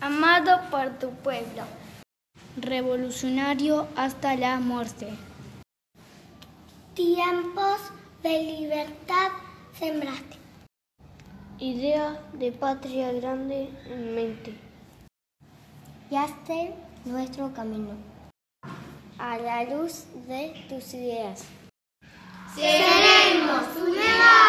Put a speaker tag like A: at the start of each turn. A: amado por tu pueblo, revolucionario hasta la muerte.
B: Tiempos de libertad sembraste.
C: Idea de patria grande en mente.
B: Guiaste nuestro camino. A la luz de tus ideas.
D: Seremos una